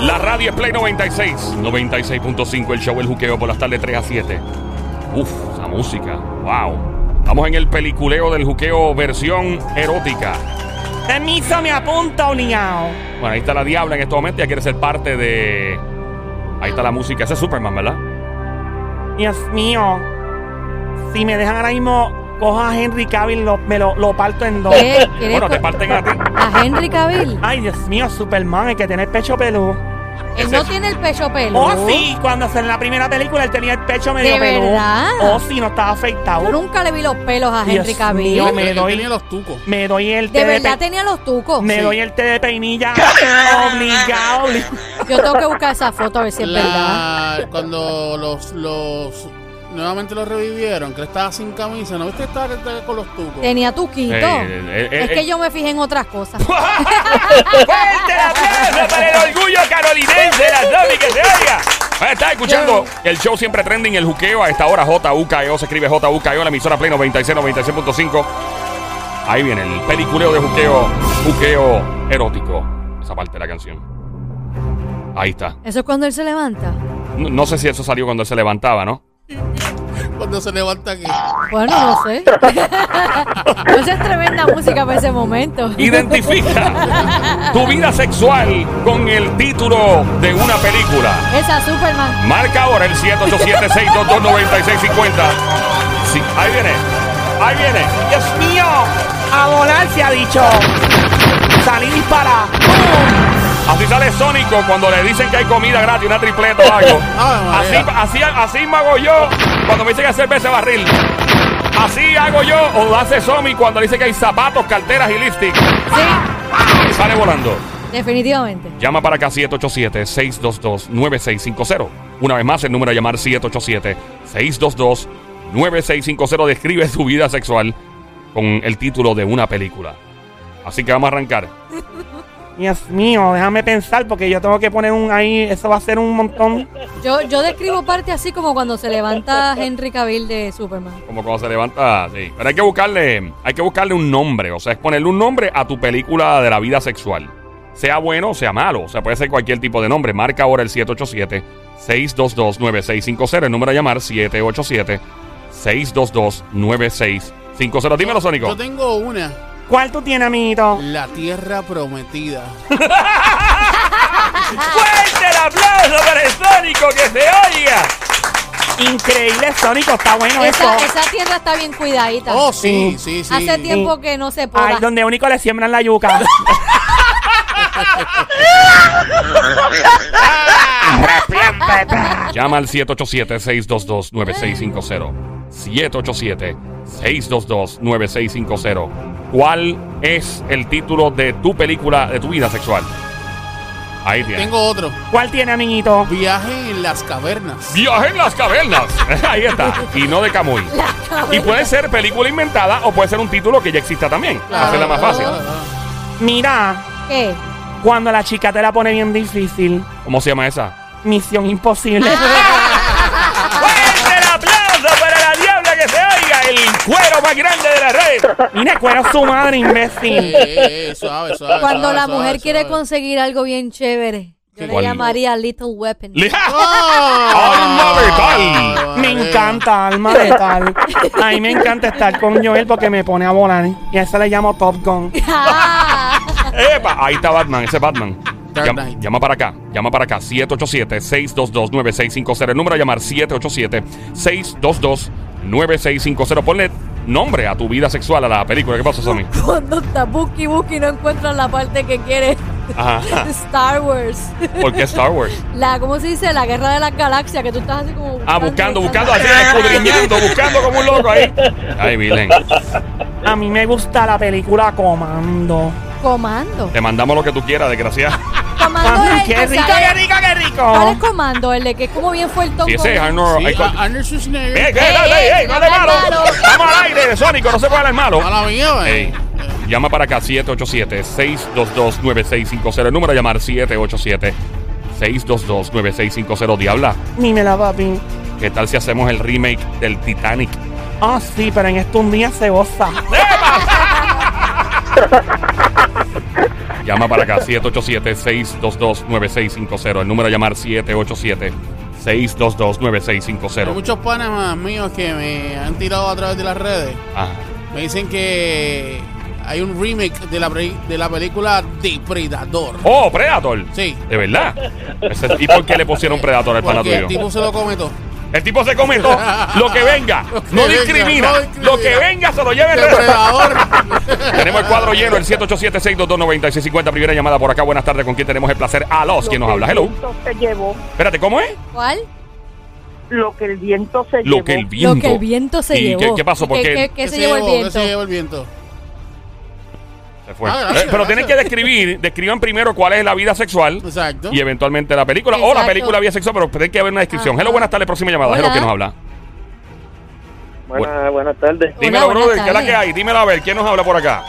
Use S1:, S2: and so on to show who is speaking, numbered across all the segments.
S1: La radio es Play 96. 96.5, el show El Juqueo por las tardes 3 a 7. Uf, esa música. Wow. Vamos en el peliculeo del juqueo versión erótica.
S2: Permiso, me apunta, uniao.
S1: Bueno, ahí está la diabla en este momento. Ya quiere ser parte de. Ahí está la música. Ese es Superman, ¿verdad?
S2: Dios mío. Si me dejan ahora mismo, cojo a Henry Cavill, lo- me lo, lo parto en dos.
S3: ¿Qué? ¿Quieres
S1: Bueno, te
S3: co-
S1: parten a ti.
S3: a Henry Cavill?
S2: Ay, Dios mío, Superman, el que tiene el pecho peludo.
S3: Él no tiene el pecho pelo.
S2: Oh, sí, cuando en la primera película él tenía el pecho medio
S3: ¿De
S2: peludo.
S3: verdad?
S2: Oh, sí, no estaba
S3: Yo
S2: afeitado.
S3: nunca le vi los pelos a
S2: Dios
S3: Henry Cavill.
S2: mío,
S4: Pero
S2: me
S4: él
S2: doy-
S4: tenía los tucos.
S2: Me doy el té
S3: De
S2: de,
S3: verdad
S2: pe-
S3: tenía los tucos.
S2: me
S3: Sí.
S2: doy el té de peinilla obligado, obligado.
S3: Yo tengo que buscar esa foto a ver si es verdad.
S4: La- cuando los, los nuevamente los revivieron, que él estaba sin camisa, ¿no viste que estaba que estaba con los tucos?
S3: Tenía tuquito.
S1: Eh, eh, eh,
S3: es que
S1: eh.
S3: yo me fijé en otras cosas.
S1: ¡Fuerte el aplauso para el orgullo carolinense de las Domi que se oiga! Ahí está escuchando el show siempre trending, el juqueo a esta hora, JUKEO, E se escribe JUKEO, la emisora Play 96, 96.5. Ahí viene el peliculeo de juqueo, juqueo erótico, esa parte de la canción. Ahí está.
S3: Eso es cuando él se levanta.
S1: No, no sé si eso salió cuando él se levantaba, ¿no?
S4: Cuando se levanta aquí.
S3: Bueno, no sé. Esa es tremenda música para ese momento.
S1: Identifica tu vida sexual con el título de una película.
S3: Esa Superman.
S1: Marca ahora el 787 622 9650 Sí, ahí viene. Ahí viene.
S2: Dios mío, a volar se ha dicho. Salí dispara.
S1: Así sale Sónico cuando le dicen que hay comida gratis, una tripleta o algo.
S4: Ah,
S1: Así,
S4: María.
S1: así, así me hago yo cuando me dicen que hacer ese barril. Así hago yo o lo hace Somi cuando le dice que hay zapatos, carteras y lipstick.
S3: Sí,
S1: Y sale volando.
S3: definitivamente.
S1: Llama para acá 787-622-9650. Una vez más, el número a llamar 787-622-9650. Describe su vida sexual con el título de una película. Así que vamos a arrancar.
S2: Dios mío, déjame pensar porque yo tengo que poner un ahí, eso va a ser un montón.
S3: Yo, yo describo parte así como cuando se levanta Henry Cavill de Superman.
S1: Como cuando se levanta. ah, Sí. Pero hay que buscarle. Hay que buscarle un nombre. O sea, es ponerle un nombre a tu película de la vida sexual. Sea bueno o sea malo. O sea, puede ser cualquier tipo de nombre. Marca ahora el 787-622-9650. El número a llamar 787-622-9650. Dímelo, Sónico.
S4: Yo tengo una,
S2: ¿Cuál tú tienes, amiguito?
S4: la tierra prometida.
S3: Ah,
S1: ¡Fuerte el aplauso para el Sónico que se oiga!
S2: Increíble, Sónico, está bueno
S3: Esa,
S2: eso.
S3: esa tierra está bien cuidadita.
S4: Oh, sí, sí, sí.
S3: Hace tiempo que no se
S2: Ahí
S3: poda.
S2: donde único le siembran la yuca.
S1: Llama al 787-622-9650. 787-622-9650. ¿Cuál es el título de tu película, de tu vida sexual? Ahí tienes.
S4: Tengo otro.
S2: ¿Cuál tiene, amiguito?
S4: Viaje en las cavernas.
S1: Viaje en las cavernas. Ahí está. Y no de Camuy. Y puede ser película inventada o puede ser un título que ya exista también.
S4: Claro,
S1: Hacerla más
S4: claro,
S1: fácil.
S4: claro, claro.
S2: Mira,
S3: ¿Qué?
S2: cuando la chica te la pone bien difícil,
S1: ¿Cómo se llama esa?
S2: misión imposible.
S3: Ah.
S4: Ah.
S1: ¡Fuerte el aplauso para la diabla que se oiga! El cuero más grande de la red.
S2: Mira, cuero su madre, imbécil.
S4: Eh, eh, suave, suave,
S3: Cuando
S4: suave,
S3: la
S4: suave,
S3: mujer quiere
S4: suave.
S3: conseguir algo bien chévere, yo le
S1: ¿Cuál?
S3: llamaría Little Weapon.
S4: ¡Oh!
S1: ¡Alma vital!
S2: Me
S4: María.
S2: encanta, alma de tal. A mí me encanta estar con Joel porque me pone a volar. Y a eso le llamo Top Gun.
S3: Ah,
S1: ¡Epa! Ahí está Batman, ese es Batman.
S4: Dark
S1: Llama,
S4: Knight.
S1: llama para acá, llama para acá, 787-622-9650. El número a llamar, 787-622-9650. Ponle nombre a tu vida sexual, a la película. ¿Qué pasó, Sammy?
S3: Cuando está Buki Buki no encuentran la parte que quiere.
S1: Ajá.
S3: Star Wars.
S1: ¿Por qué Star Wars?
S3: La, ¿Cómo se dice? La guerra de las galaxias, que tú estás así como.
S1: Ah, buscando, buscando, así, escudriñando, buscando como un loco ahí. Ay, Vilén,
S2: A mí me gusta la película Comando.
S3: Comando.
S1: te mandamos lo que tú quieras, desgraciada.
S3: Comando es el
S2: ¡Qué
S3: que
S2: rico,
S3: sale-
S2: qué rico, qué
S3: ¿Cuál es
S2: rico!
S3: comando? El de que es como bien fuerte.
S1: Si ese es Arnold...
S4: Sí, Ah.
S1: ay,
S4: a- Arnold Schwarzenegger.
S1: ¡Ey, ey,
S3: ey,
S1: ey, ey, ey! ¡No le
S3: no
S1: malo!
S3: le malo.
S1: ¡Vamos al aire, Sónico! ¡No se puede hablar malo!
S4: Mala mía, eh.
S1: Ey, Llama para acá 787-622-9650. El número a llamar 787-622-9650. Diabla,
S2: Dímela, papi.
S1: ¿qué tal si hacemos el remake del Titanic?
S2: Ah, sí, pero en esto un día se goza.
S1: Llama para acá, 787-622-9650. El número a llamar, 787-622-9650.
S4: Hay muchos panes más míos que me han tirado a través de las redes.
S1: Ajá.
S4: Me dicen que hay un remake de la, pre- de la película Depredador.
S1: ¡Oh, Predator!
S4: Sí.
S1: De verdad. Ese tipo es que le pusieron Predator al pana
S4: Porque el
S1: tuyo.
S4: tipo se lo come todo.
S1: El tipo se come todo, lo que venga. No
S4: Lo que venga,
S1: discrimina.
S4: no discrimina.
S1: Lo que venga se lo lleva el
S4: Depredador.
S1: Tenemos el cuadro lleno, el 787-622-9650. Primera llamada por acá. Buenas tardes. ¿Con quién tenemos el placer? A los quien nos habla. Hello.
S5: viento se llevó,
S1: Espérate, ¿cómo es?
S3: ¿Cuál?
S5: lo que el viento se llevó.
S1: Lo que el viento.
S3: Lo que el viento se
S1: ¿Y
S3: llevó.
S1: qué- qué pasó? ¿Por
S3: ¿Qué,
S1: qué?
S3: qué- qué se llevó el
S4: ¿Qué se
S3: viento?
S4: llevó el viento?
S1: Se fue.
S4: Ah, gracias,
S1: Eh, Pero tienen que
S4: gracias.
S1: describir, describan primero cuál es la vida sexual
S4: Exacto.
S1: y eventualmente la película. O la
S3: Exacto.
S1: película vida sexual, pero tiene que haber una descripción.
S3: Ajá.
S1: Hello, buenas tardes. Próxima llamada. Hello,
S3: Hola.
S1: ¿quién nos habla?
S6: Buenas, buenas tardes.
S1: Dímelo,
S3: buenas
S1: brother. ¿Qué es la
S3: tardes.
S1: que hay? Dímelo, a ver. ¿Quién nos habla por acá?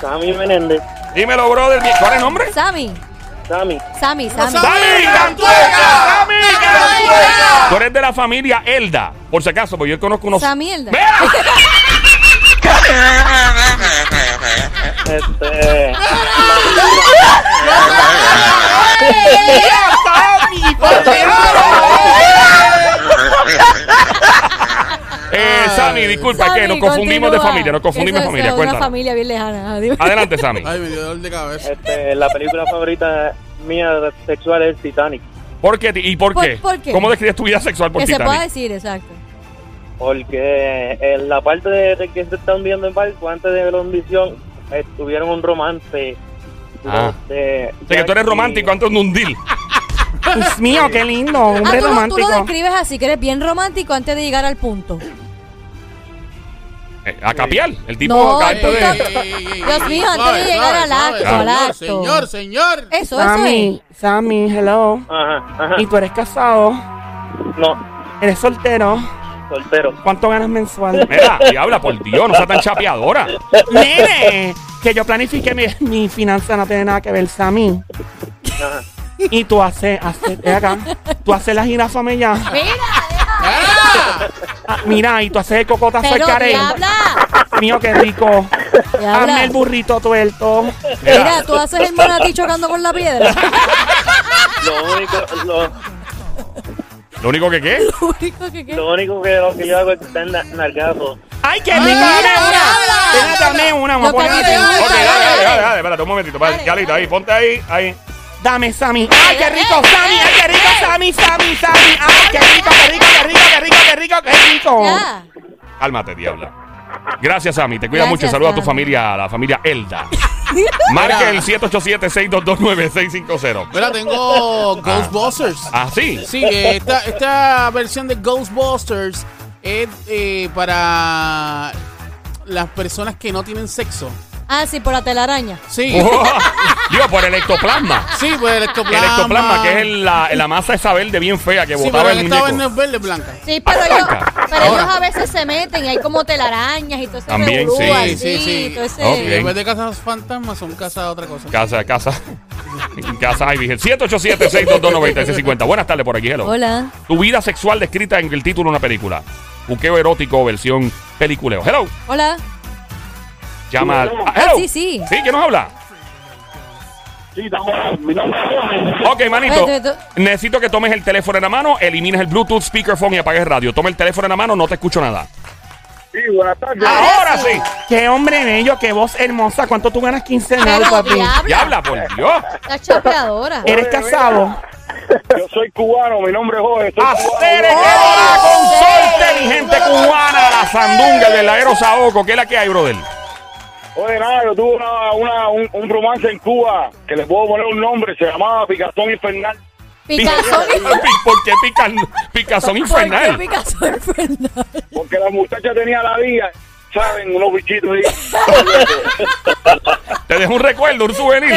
S6: Sammy Menéndez,
S1: Dímelo, brother. bien, ¿Cuál es el nombre?
S3: Sammy,
S6: Sammy,
S3: Sammy, Sammy.
S4: Sammy.
S1: ¡Sammy Cantueca! ¡Sammy Cantueca! Tú eres de la familia Elda, por si acaso, porque yo conozco unos...
S3: Sammy Elda.
S1: ¡Mira!
S6: este,
S1: Eh, Sammy, disculpa,
S3: Sammy,
S1: que nos confundimos de
S3: continúa.
S1: familia, nos confundimos de
S3: Eso es
S1: familia,
S3: Una
S1: cuéntanos.
S3: familia bien lejana. Ah, dime.
S1: Adelante, Sammy.
S4: Ay, me dio dolor de cabeza.
S6: este, la película favorita mía de- sexual es Titanic,
S1: ¿Por qué? ti- ¿Y por
S3: ¿Por-
S1: qué?
S3: por qué?
S1: ¿Cómo describes tu vida sexual por
S3: Que se pueda
S1: Titanic?
S3: decir, exacto.
S6: porque en la parte de, de que se está hundiendo el barco, antes de la hundición, eh, tuvieron un romance.
S1: Ah.
S6: Este,
S1: O sea, que tú eres
S6: Jack y-
S1: romántico antes de un deal.
S2: Dios mío, qué lindo,
S3: Ah,
S2: hombre
S3: tú, lo- tú
S2: romántico.
S3: lo describes así, que eres bien romántico antes de llegar al punto.
S1: Eh, a capiar. El tipo
S3: No,
S1: antes
S3: el
S1: de...
S3: punto- Dios mío, antes de llegar al acto, al acto.
S4: Señor, señor.
S3: Eso, eso es.
S2: Sammy, Sammy, hello.
S6: Ajá, ajá.
S2: ¿Y tú eres casado?
S6: No,
S2: ¿Eres soltero?
S6: soltero.
S2: ¿Cuánto ganas mensual?
S1: Mira, diabla, por Dios, no seas tan chapeadora.
S2: Mire, que yo planifique mi, mi finanza, no tiene nada que ver, Sammy.
S6: Ajá.
S2: Y tú haces, haces, ven acá, tú haces la girasome ya.
S3: Mira,
S4: ¡Ah!
S2: Ah, mira, y tú haces el cocotazo al
S3: pero
S2: carey.
S3: diabla,
S2: Mío, qué rico. Hazme el
S3: diabla.
S2: burrito tuerto.
S1: Mira,
S3: Mira, tú haces el monatí chocando con la piedra.
S6: Lo único, lo,
S1: lo único que qué?
S3: Lo único que queda.
S6: lo único que, lo que yo hago es que están nalgados.
S2: ¡Ay, qué
S4: Ay,
S2: rico! Dame
S4: habla,
S2: una.
S4: habla,
S2: Venga, dame una. vamos a
S3: No,
S2: poner-
S3: cállate, cállate.
S1: Ok, dale, dale,
S3: dale.
S1: dale, dale, espérate un momentito. Vale,
S3: Dale,
S1: ya listo,
S3: dale.
S1: ahí, ponte ahí, ahí.
S2: Dame, Sammy. ¡Ay, qué rico, Sammy! ¡Ay, qué rico, Sammy, Sammy, Sammy! ¡Ay, qué rico, qué rico, qué rico, qué rico, qué rico, qué rico!
S3: Ya.
S1: Cálmate, diabla. Gracias, Sammy. Te cuida
S3: Gracias,
S1: mucho. Saluda a tu
S3: Sammy.
S1: familia, a la familia Elda. Marca el 787-622-9650.
S4: Mira, tengo Ghostbusters.
S1: Ah, sí.
S4: Sí, eh, esta, esta versión de Ghostbusters es eh, para las personas que no tienen sexo.
S3: Ah, sí, por la telaraña.
S4: Sí,
S1: Oh, Dios, por el ectoplasma.
S4: sí, pues el
S1: El
S4: ectoplasma.
S1: ectoplasma, que es el- la, la masa esa verde bien fea que
S4: Sí,
S1: botaba
S4: pero
S1: el
S4: esta vez no
S1: muñeco.
S4: es verde, blanca.
S3: Sí, pero
S1: Ah,
S3: ellos,
S1: acá.
S3: pero ellos
S4: Ahora.
S3: a veces se meten y hay como telarañas y todo ese
S1: También,
S3: revolú
S1: sí.
S3: así,
S4: Sí, sí, sí.
S3: todo ese-
S1: Ok.
S4: En vez de casas fantasmas, son casas de otra cosa.
S1: Casa, casa. En casa, ay, virgen. 787-622-9650. Buenas tardes por aquí, hello.
S3: Hola.
S1: Tu vida sexual descrita en el título de una película. Buqueo erótico, versión peliculeo. Hello.
S3: Hola.
S1: Llama. Ah,
S3: Ah,
S1: hello.
S3: sí, sí.
S1: Sí, ¿quién nos habla? Ok, manito.
S3: Espérate,
S1: Necesito que tomes el teléfono en la mano, elimines el Bluetooth, speakerphone y apagues radio. Toma el teléfono en la mano, no te escucho nada.
S6: Sí, buenas tardes.
S1: Ahora
S3: Ahora
S1: sí.
S3: sí.
S2: ¡Qué hombre bello, qué voz hermosa! ¿Cuánto tú ganas quincenal,
S3: Pero
S2: papi?
S3: diabla,
S1: Ya habla, por Dios.
S3: la chapeadora.
S2: ¿Eres casado?
S7: Yo soy cubano, mi nombre es Jorge. soy
S1: Hacer
S7: cubano.
S1: la consorte, mi gente cubana, la sandunga, el verdadero saoco. ¿Qué es la que hay, brother?
S7: Oye, nada, yo tuve una, una- un, un romance en Cuba que les puedo poner un nombre, se llamaba Picazón Infernal.
S3: Picasso.
S1: ¿Por qué pican, picazón
S3: ¿Por qué
S1: infernal?
S3: Picasso infernal?
S7: Porque la muchacha tenía la vida, ¿saben? Unos bichitos ahí.
S1: Te dejo un recuerdo, un souvenir.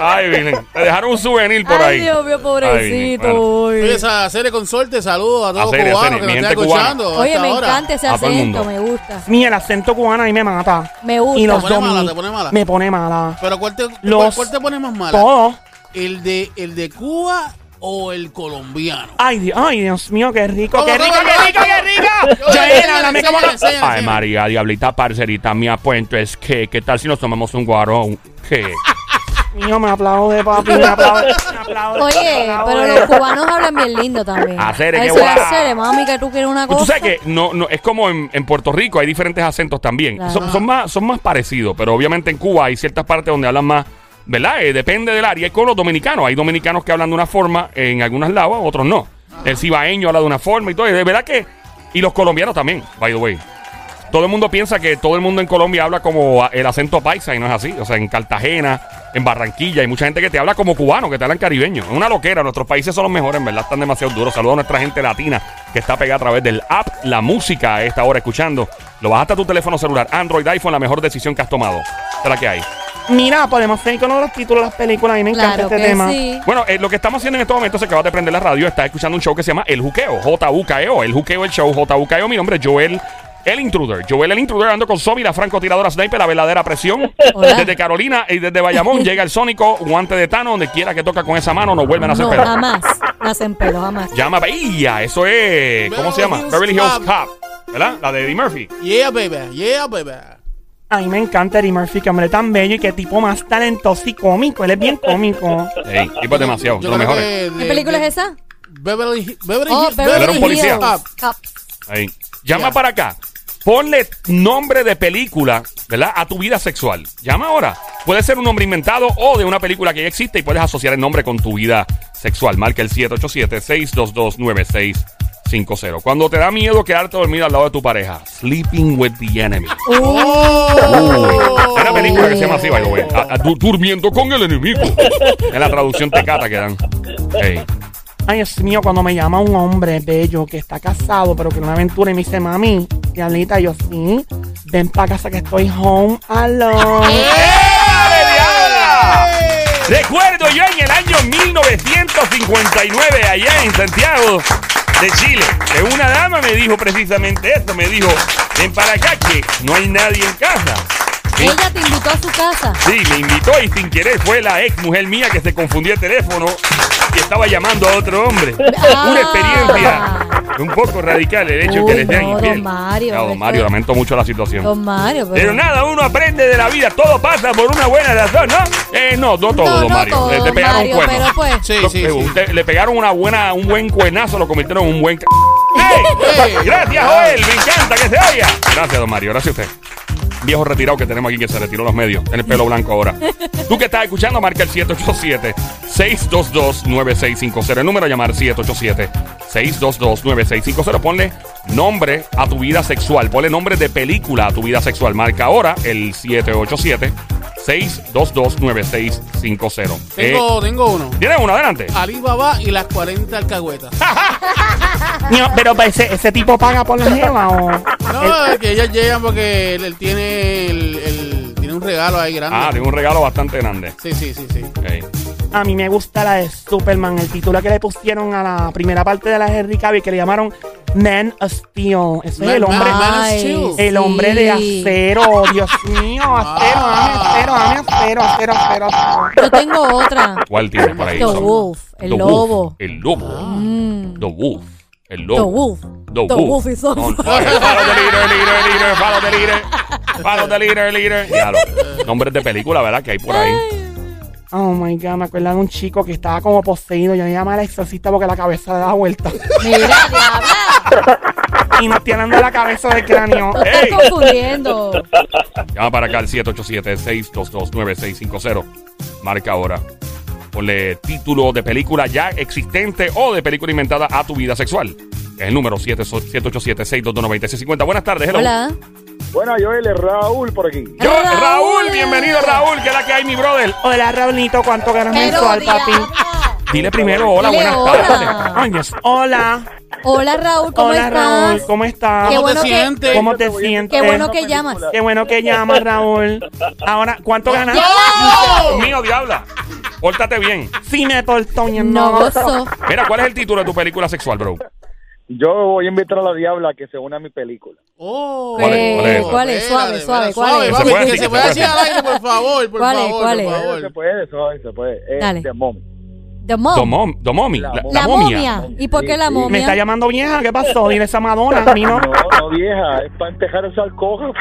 S1: Ay, Virgen. Te dejaron un souvenir por
S3: Ay,
S1: ahí.
S3: Dios mío, pobrecito.
S1: Ay, bueno.
S3: oye.
S4: Oye, esa serie consorte, saludos a todos
S1: A serie,
S4: los
S1: a serie,
S4: cubanos que
S1: mi
S4: nos están
S1: gente cubana.
S4: escuchando. a
S3: Oye,
S4: esta
S3: me
S4: hora.
S3: encanta ese
S1: A Ah, todo el mundo.
S3: acento, me gusta.
S2: Mira, el acento cubano ahí me mata.
S3: Me
S2: Y
S3: gusta.
S2: los
S4: Te pone
S2: domi-
S4: mala, te pone mala.
S2: Me pone mala.
S4: Pero ¿cuál te,
S2: Los-
S4: cuál te pone más mala?
S2: Todo.
S4: El de, el de Cuba o el colombiano?
S2: Ay, Dios, ay, Dios mío, qué rico, qué rico,
S4: ¿Cómo, cómo,
S2: qué rico,
S4: cómo?
S2: qué rico.
S4: Yo-
S2: Yael,
S4: enséñale,
S2: háblame
S4: enséñale,
S2: como no.
S4: enséñale,
S1: Ay,
S4: enséñale.
S1: María, diablita, parcerita mía, puento, es que, ¿qué tal si nos tomamos un guarón? ¿Qué?
S2: Mío, me aplaude, papi, me aplaude, me aplaude.
S3: Oye,
S2: me
S3: pero
S2: aplaude.
S3: los cubanos hablan bien lindo también.
S1: Acere, Ah, qué
S3: Eso es
S1: guapa.
S3: acere, mami, que tú quieres una
S1: Pues
S3: cosa.
S1: tú sabes que no, no, es como en, en Puerto Rico, hay diferentes acentos también.
S3: Claro.
S1: Son, son más, son más parecidos, pero obviamente en Cuba hay ciertas partes donde hablan más, ¿verdad? Eh, depende del área. Es con los dominicanos. Hay dominicanos que hablan de una forma en algunas lavas, otros no. El cibaeño habla de una forma y todo. Y De verdad que. Y los colombianos también, by the way. Todo el mundo piensa que todo el mundo en Colombia habla como a- el acento paisa y no es así. O sea, en Cartagena, en Barranquilla, hay mucha gente que te habla como cubano, que te hablan caribeño. Es una loquera. Nuestros países son los mejores, en verdad, están demasiado duros. Saludos a nuestra gente latina que está pegada a través del app La Música a esta hora escuchando. Lo bajaste a tu teléfono celular, Android, iPhone, la mejor decisión que has tomado. Esta es la que hay.
S2: Mira, podemos seguir con uno de los títulos de las películas. A mí me encanta
S3: Claro
S2: este
S3: que
S2: tema.
S3: sí.
S1: Bueno, eh, lo que estamos haciendo en estos momentos, se acaba de prender la radio, está escuchando un show que se llama El Juqueo, J-U-K-E-O, E El Juqueo, el show J-U-K-E-O. E Mi nombre es Joel. El intruder, Joel el intruder, ando con Somi, la francotiradora sniper, la verdadera presión.
S3: Hola.
S1: Desde Carolina y desde Bayamón llega el sónico, guante de Tano, donde quiera que toca con esa mano, no vuelven a hacer
S3: No,
S1: pedo.
S3: jamás. No hacen pelo, jamás.
S1: Llama Bahía, eso es. ¿Cómo se llama? Beverly
S4: Beverly Hills
S1: Hills Cop, ¿verdad? La de Eddie Murphy.
S4: Yeah, baby, yeah, baby.
S2: A mí me encanta Eddie Murphy, que hombre tan bello y qué tipo más talentoso y cómico. Él es bien cómico.
S1: Ey, tipo es demasiado, de los mejores.
S3: ¿Qué película es esa?
S4: Beverly, Hi- Beverly,
S3: Oh,
S4: Hi-
S3: Beverly
S1: era un policía.
S3: Hills
S4: Ah,
S3: Cops.
S1: Ahí. Llama
S4: Ya.
S1: para acá. Ponle nombre de película, ¿verdad? A tu vida sexual. Llama ahora. Puede ser un nombre inventado o de una película que ya existe y puedes asociar el nombre con tu vida sexual. Marca el 787-622-9650. Cuando te da miedo quedarte dormido al lado de tu pareja. Sleeping with the enemy.
S4: oh.
S1: Hay una película que se llama así, by the way. Ah, A- a- du- durmiendo con el enemigo. en la traducción tecata que dan. Ey.
S2: Ay, Dios mío, cuando me llama un hombre bello que está casado, pero que en una aventura y me dice, mami, diablita, yo sí, ven para casa que estoy home alone.
S1: ¡Ea, Diabla! ¡Eh! Recuerdo yo en el año 1959, allá en Santiago de Chile, que una dama me dijo precisamente esto, me dijo, ven para acá que no hay nadie en casa. Y-
S3: Ella te invitó a su casa.
S1: Sí, me invitó y sin querer fue la ex mujer mía que se confundió el teléfono y estaba llamando a otro hombre.
S3: Ah.
S1: Una experiencia un poco radical el hecho
S3: Uy,
S1: que le sean
S3: no, don
S1: infiel.
S3: Mario,
S1: No, don
S3: esto-
S1: Mario, lamento mucho la situación.
S3: Don Mario, pero.
S1: Pero nada, uno aprende de la vida, todo pasa por una buena razón, ¿no? Eh, no, no todo,
S3: no,
S1: don
S3: no
S1: Mario.
S3: todo,
S1: le, te
S3: don
S1: pegaron
S3: Mario,
S1: un cuerno.
S3: pero pues.
S4: Sí,
S1: No,
S4: sí,
S1: le-
S4: sí.
S1: usted- le pegaron una buena, un buen cuernazo, lo convirtieron en un buen. c- ¡Ey!
S4: Ey.
S1: Gracias, Joel, me encanta que se oiga. Gracias, don Mario, gracias a usted. Viejo retirado que tenemos aquí que se retiró a los medios. Tiene el pelo blanco ahora. Tú que estás escuchando, marca el 787-622-9650. El número a llamar 787-622-9650. Ponle nombre a tu vida sexual. Ponle nombre de película a tu vida sexual. Marca ahora el 787-622-9650. Eh,
S4: Tengo, tengo uno.
S1: Tienes uno, adelante.
S4: Alibaba y las 40 alcahuetas.
S2: Mío, pero ese, ese tipo paga por la jeva o...
S4: No, es que ellas llegan porque él, él tiene el, el- tiene un regalo ahí grande.
S1: Ah, tiene un regalo bastante grande.
S4: Sí, sí, sí, sí.
S1: Ey.
S2: A mí me gusta la de Superman, el título que le pusieron a la primera parte de la de Henry Cavill que le llamaron Man of Steel. Eso es el
S4: Man-
S2: hombre,
S4: Man of Steel.
S2: el hombre de acero. Dios mío, acero, dame acero, dame acero, acero, acero. acero.
S3: Yo tengo otra.
S1: ¿Cuál tiene por ahí?
S3: The
S1: Sam?
S3: Wolf, el
S1: The Wolf,
S3: lobo. Mm.
S1: el lobo. The Wolf. El
S3: The
S1: lobo.
S3: Wolf.
S1: The
S3: The
S1: Wolf.
S3: Wolf is on
S1: No, no,
S3: fire.
S1: Follow the leader, leader, leader. Follow the leader. Follow the leader, leader. Ya lo- Nombres de película, ¿verdad? Que hay por ahí.
S2: Oh my god, me acuerdo de un chico que estaba como poseído. Yo me llamaba al exorcista porque la cabeza le da vuelta.
S3: Mira, diabla.
S2: y nos tienen de la cabeza del cráneo.
S3: Te estás
S1: Ey.
S3: confundiendo.
S1: Llama para acá al 787-622-9650. Marca ahora. Ponle título de película ya existente o de película inventada a tu vida sexual. Es el número 7- 787-622-9650. Buenas tardes, hello.
S3: Hola.
S7: Bueno, Joel, es Raúl por aquí.
S1: Yo- Raúl.
S3: Raúl.
S1: bienvenido Raúl, que es la que hay, mi brother.
S2: Hola, Raulito, ¿cuánto ganas mensual, papi?
S3: diabla.
S1: Dile primero, hola,
S3: Dile
S1: buenas
S3: hola.
S1: tardes.
S2: Ay, Dios. Hola,
S3: Hola, Raúl, ¿cómo
S2: hola,
S3: estás?
S2: Raúl, ¿cómo estás?
S3: Qué
S4: ¿Cómo
S3: bueno
S4: te
S3: que-
S4: sientes?
S2: ¿Cómo te sientes?
S3: Qué bueno que llamas.
S2: Qué bueno que llamas, Raúl. Ahora, ¿cuánto ganas?
S1: Dios mío, diabla. Pórtate bien.
S2: Sí, me portó, ña,
S3: No
S2: no.
S3: gozo.
S1: Mira, ¿cuál es el título de tu película sexual, bro?
S7: Yo voy a invitar a la Diabla a que se una a mi película.
S4: Oh,
S1: ¿Cuál es? ¿Cuál es?
S3: ¿Cuál es? Suave,
S4: Espérate,
S3: suave,
S4: espérate,
S3: ¿cuál
S1: ¿Se
S3: es?
S1: puede
S4: papi, que
S1: decir?
S4: se pueda
S1: ¿Se puede
S4: decir al aire, por favor, por
S3: ¿Cuál es?
S4: favor,
S3: ¿Cuál
S4: por
S3: es?
S4: favor.
S7: Eh, Se puede, eso, se puede. Eh,
S3: Dale.
S7: The Mom.
S3: The Mom.
S1: Domom, domomi, la,
S3: Oh. La,
S1: la
S3: momia.
S1: momia.
S3: ¿Y por qué la momia?
S2: Me está llamando vieja, ¿qué pasó? Dile esa Madonna, a mí no.
S7: No, no, vieja, es para empejar esa alcoja.